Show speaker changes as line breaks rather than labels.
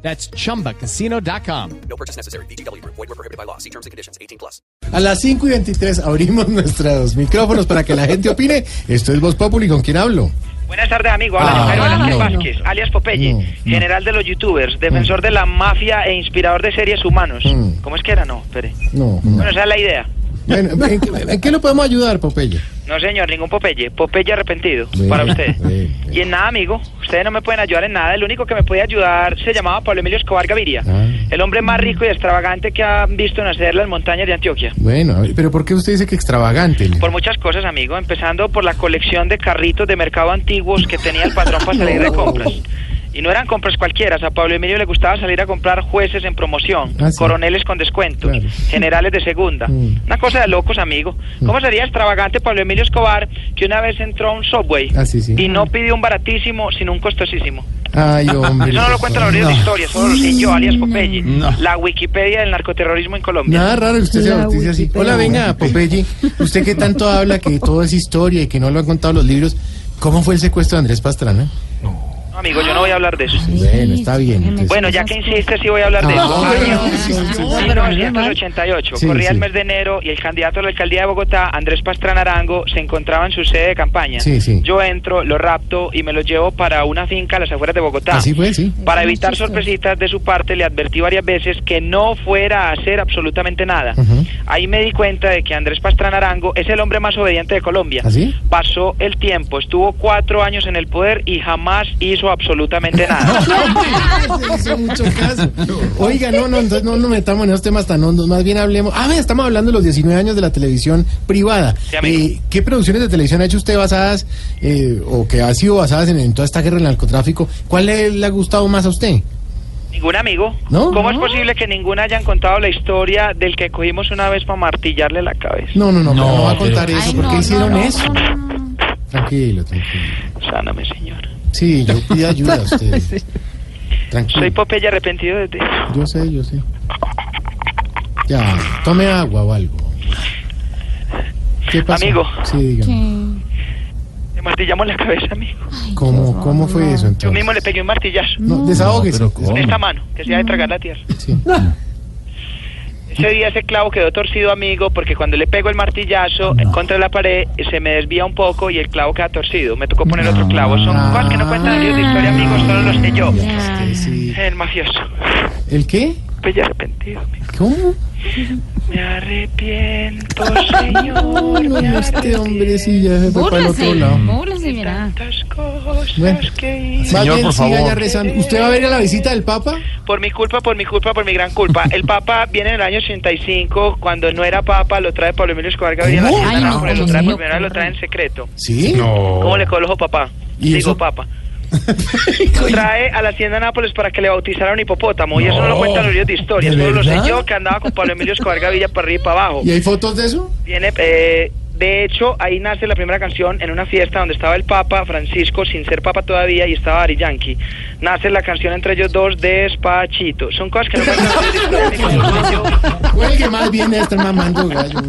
That's chumbacasino.com.
No purchase necessary. BGW. Void were prohibited by law. See terms and conditions. 18 plus.
A las 5 y 23 abrimos nuestros micrófonos para que la gente opine. Esto es Voz Populi, ¿con quién hablo?
Buenas tardes, amigo. Habla
Ah,
Rafael Velázquez
no,
Vázquez, alias Popeye,
No, Mm. no.
general de los youtubers, defensor de la mafia e inspirador de series humanos.
Mm.
¿Cómo es que era? No, espere.
No. no.
Bueno, esa es la idea.
Bueno, ¿en, qué- en qué lo podemos ayudar, Popeye?
No, señor, ningún Popeye. Popeye arrepentido
Bien,
para usted.
bien, bien.
Y en nada, amigo. Ustedes no me pueden ayudar en nada. El único que me puede ayudar se llamaba Pablo Emilio Escobar Gaviria,
Ah.
el hombre más rico y extravagante que han visto nacer las montañas de Antioquia.
Bueno, a ver, pero ¿por qué usted dice que extravagante?
Por muchas cosas, amigo, empezando por la colección de carritos de mercado antiguos que tenía el patrón para salir de compras. Y no eran compras cualquiera, a Pablo Emilio le gustaba salir a comprar jueces en promoción,
Ah, sí.
coroneles con descuentos,
Claro.
generales de segunda.
Mm.
Una cosa de locos, amigo. ¿Cómo sería extravagante Pablo Emilio Escobar que una vez entró a un subway
Ah, sí, sí.
y no pidió un baratísimo, sino un costosísimo?
Ay, hombre.
Eso no lo cuentan los libros de historia, solo lo sé yo, alias Popeye.
No.
La Wikipedia del narcoterrorismo en Colombia.
Nada raro que usted se
La
bautice así.
Wikipedia.
Hola, venga, Popeye. Usted que tanto habla que todo es historia y que no lo han contado los libros. ¿Cómo fue el secuestro de Andrés Pastrana?
No, amigo, yo no voy a hablar de eso.
Bueno, está bien. entonces.
Bueno, ya que insiste, sí voy a hablar de
Ah,
eso.
bueno,
Año
sí, sí, sí.
1988.
Sí,
Corría
sí.
el mes de enero y el candidato a la alcaldía de Bogotá, Andrés Pastrana Arango, se encontraba en su sede de campaña.
Sí, sí.
Yo entro, lo rapto y me lo llevo para una finca a las afueras de Bogotá.
Así fue, Ah, sí.
Para evitar sorpresitas de su parte, le advertí varias veces que no fuera a hacer absolutamente nada.
Ujú.
Ahí me di cuenta de que Andrés Pastrana Arango es el hombre más obediente de Colombia.
¿Ah, sí?
Pasó el tiempo, estuvo cuatro años en el poder y jamás hizo absolutamente nada.
Se hizo mucho caso. Oiga, no, no, entonces no nos metamos en esos temas tan hondos, más bien hablemos. Ah, mira, estamos hablando de los 19 años de la televisión privada.
Sí, amigo.
Eh, ¿Qué producciones de televisión ha hecho usted basadas eh, o que ha sido basadas en, en toda esta guerra del narcotráfico? ¿Cuál le, le ha gustado más a usted?
Ningún amigo.
¿No?
¿Cómo es
No.
posible que ninguna hayan contado la historia del que cogimos una vez para martillarle la cabeza?
No, no, no, pero no, va a contar
Ay,
eso. ¿Por
no,
qué
no,
hicieron
no,
eso?
no, no, no.
Tranquilo, tranquilo.
Sáname, señor.
Sí, yo pido ayuda a usted. Tranquilo.
Soy Popeye arrepentido de ti.
Yo sé, yo sé. Ya, tome agua o algo. ¿Qué pasó?
Amigo.
Sí, dígame.
Que-
Le martillamos la cabeza, amigo.
¿Cómo, ¿Cómo fue eso entonces?
Yo mismo le pegué un martillazo.
No, desahóguese.
En esta mano, que se ha de tragar la tierra.
Sí.
Ese día ese clavo quedó torcido, amigo, porque cuando le pego el martillazo eh, contra la pared, se me desvía un poco y el clavo queda torcido. Me tocó poner otro clavo. Son cosas que no cuentan en libros de historia, amigo, solo los sé yo.
Ya, es que sí.
El mafioso.
¿El qué?
Popeye arrepentido, amigo.
¿Cómo?
Me arrepiento, señor.
No, no,
me
este hombre sí ya se fue para el otro
Bórrese,
lado.
bórrese, verá.
Tantas cosas
Bueno.
que hice.
Más
Señor,
bien
por
siga
favor.
ya rezando. ¿Usted va a ver a la visita del Papa?
Por mi culpa, por mi culpa, por mi gran culpa. El Papa viene en el año 85, cuando no era Papa, lo trae Pablo Emilio Escobar Gaviria.
¿Cómo?
la
Ay,
Hacienda
no,
Nápoles, lo
¿cómo
trae por
se le
primera vez, lo
ocurre?
trae en secreto.
Sí.
No.
¿Cómo le colojo, papá?
¿Y
Digo,
eso?
Papa. Lo trae a la hacienda Nápoles para que le bautizara un hipopótamo. Y eso no lo
No.
cuentan los libros de historia.
¿De
Solo lo sé
verdad?
yo que andaba con Pablo Emilio Escobar Gaviria para arriba y para abajo.
¿Y hay fotos de eso?
Viene, eh, de hecho, ahí nace la primera canción en una fiesta donde estaba el Papa Francisco, sin ser Papa todavía, y estaba Ari Yankee. Nace la canción entre ellos dos, Despachito. Son cosas que no pueden hacer.
Cuelgue más bien a estar mamando gallo.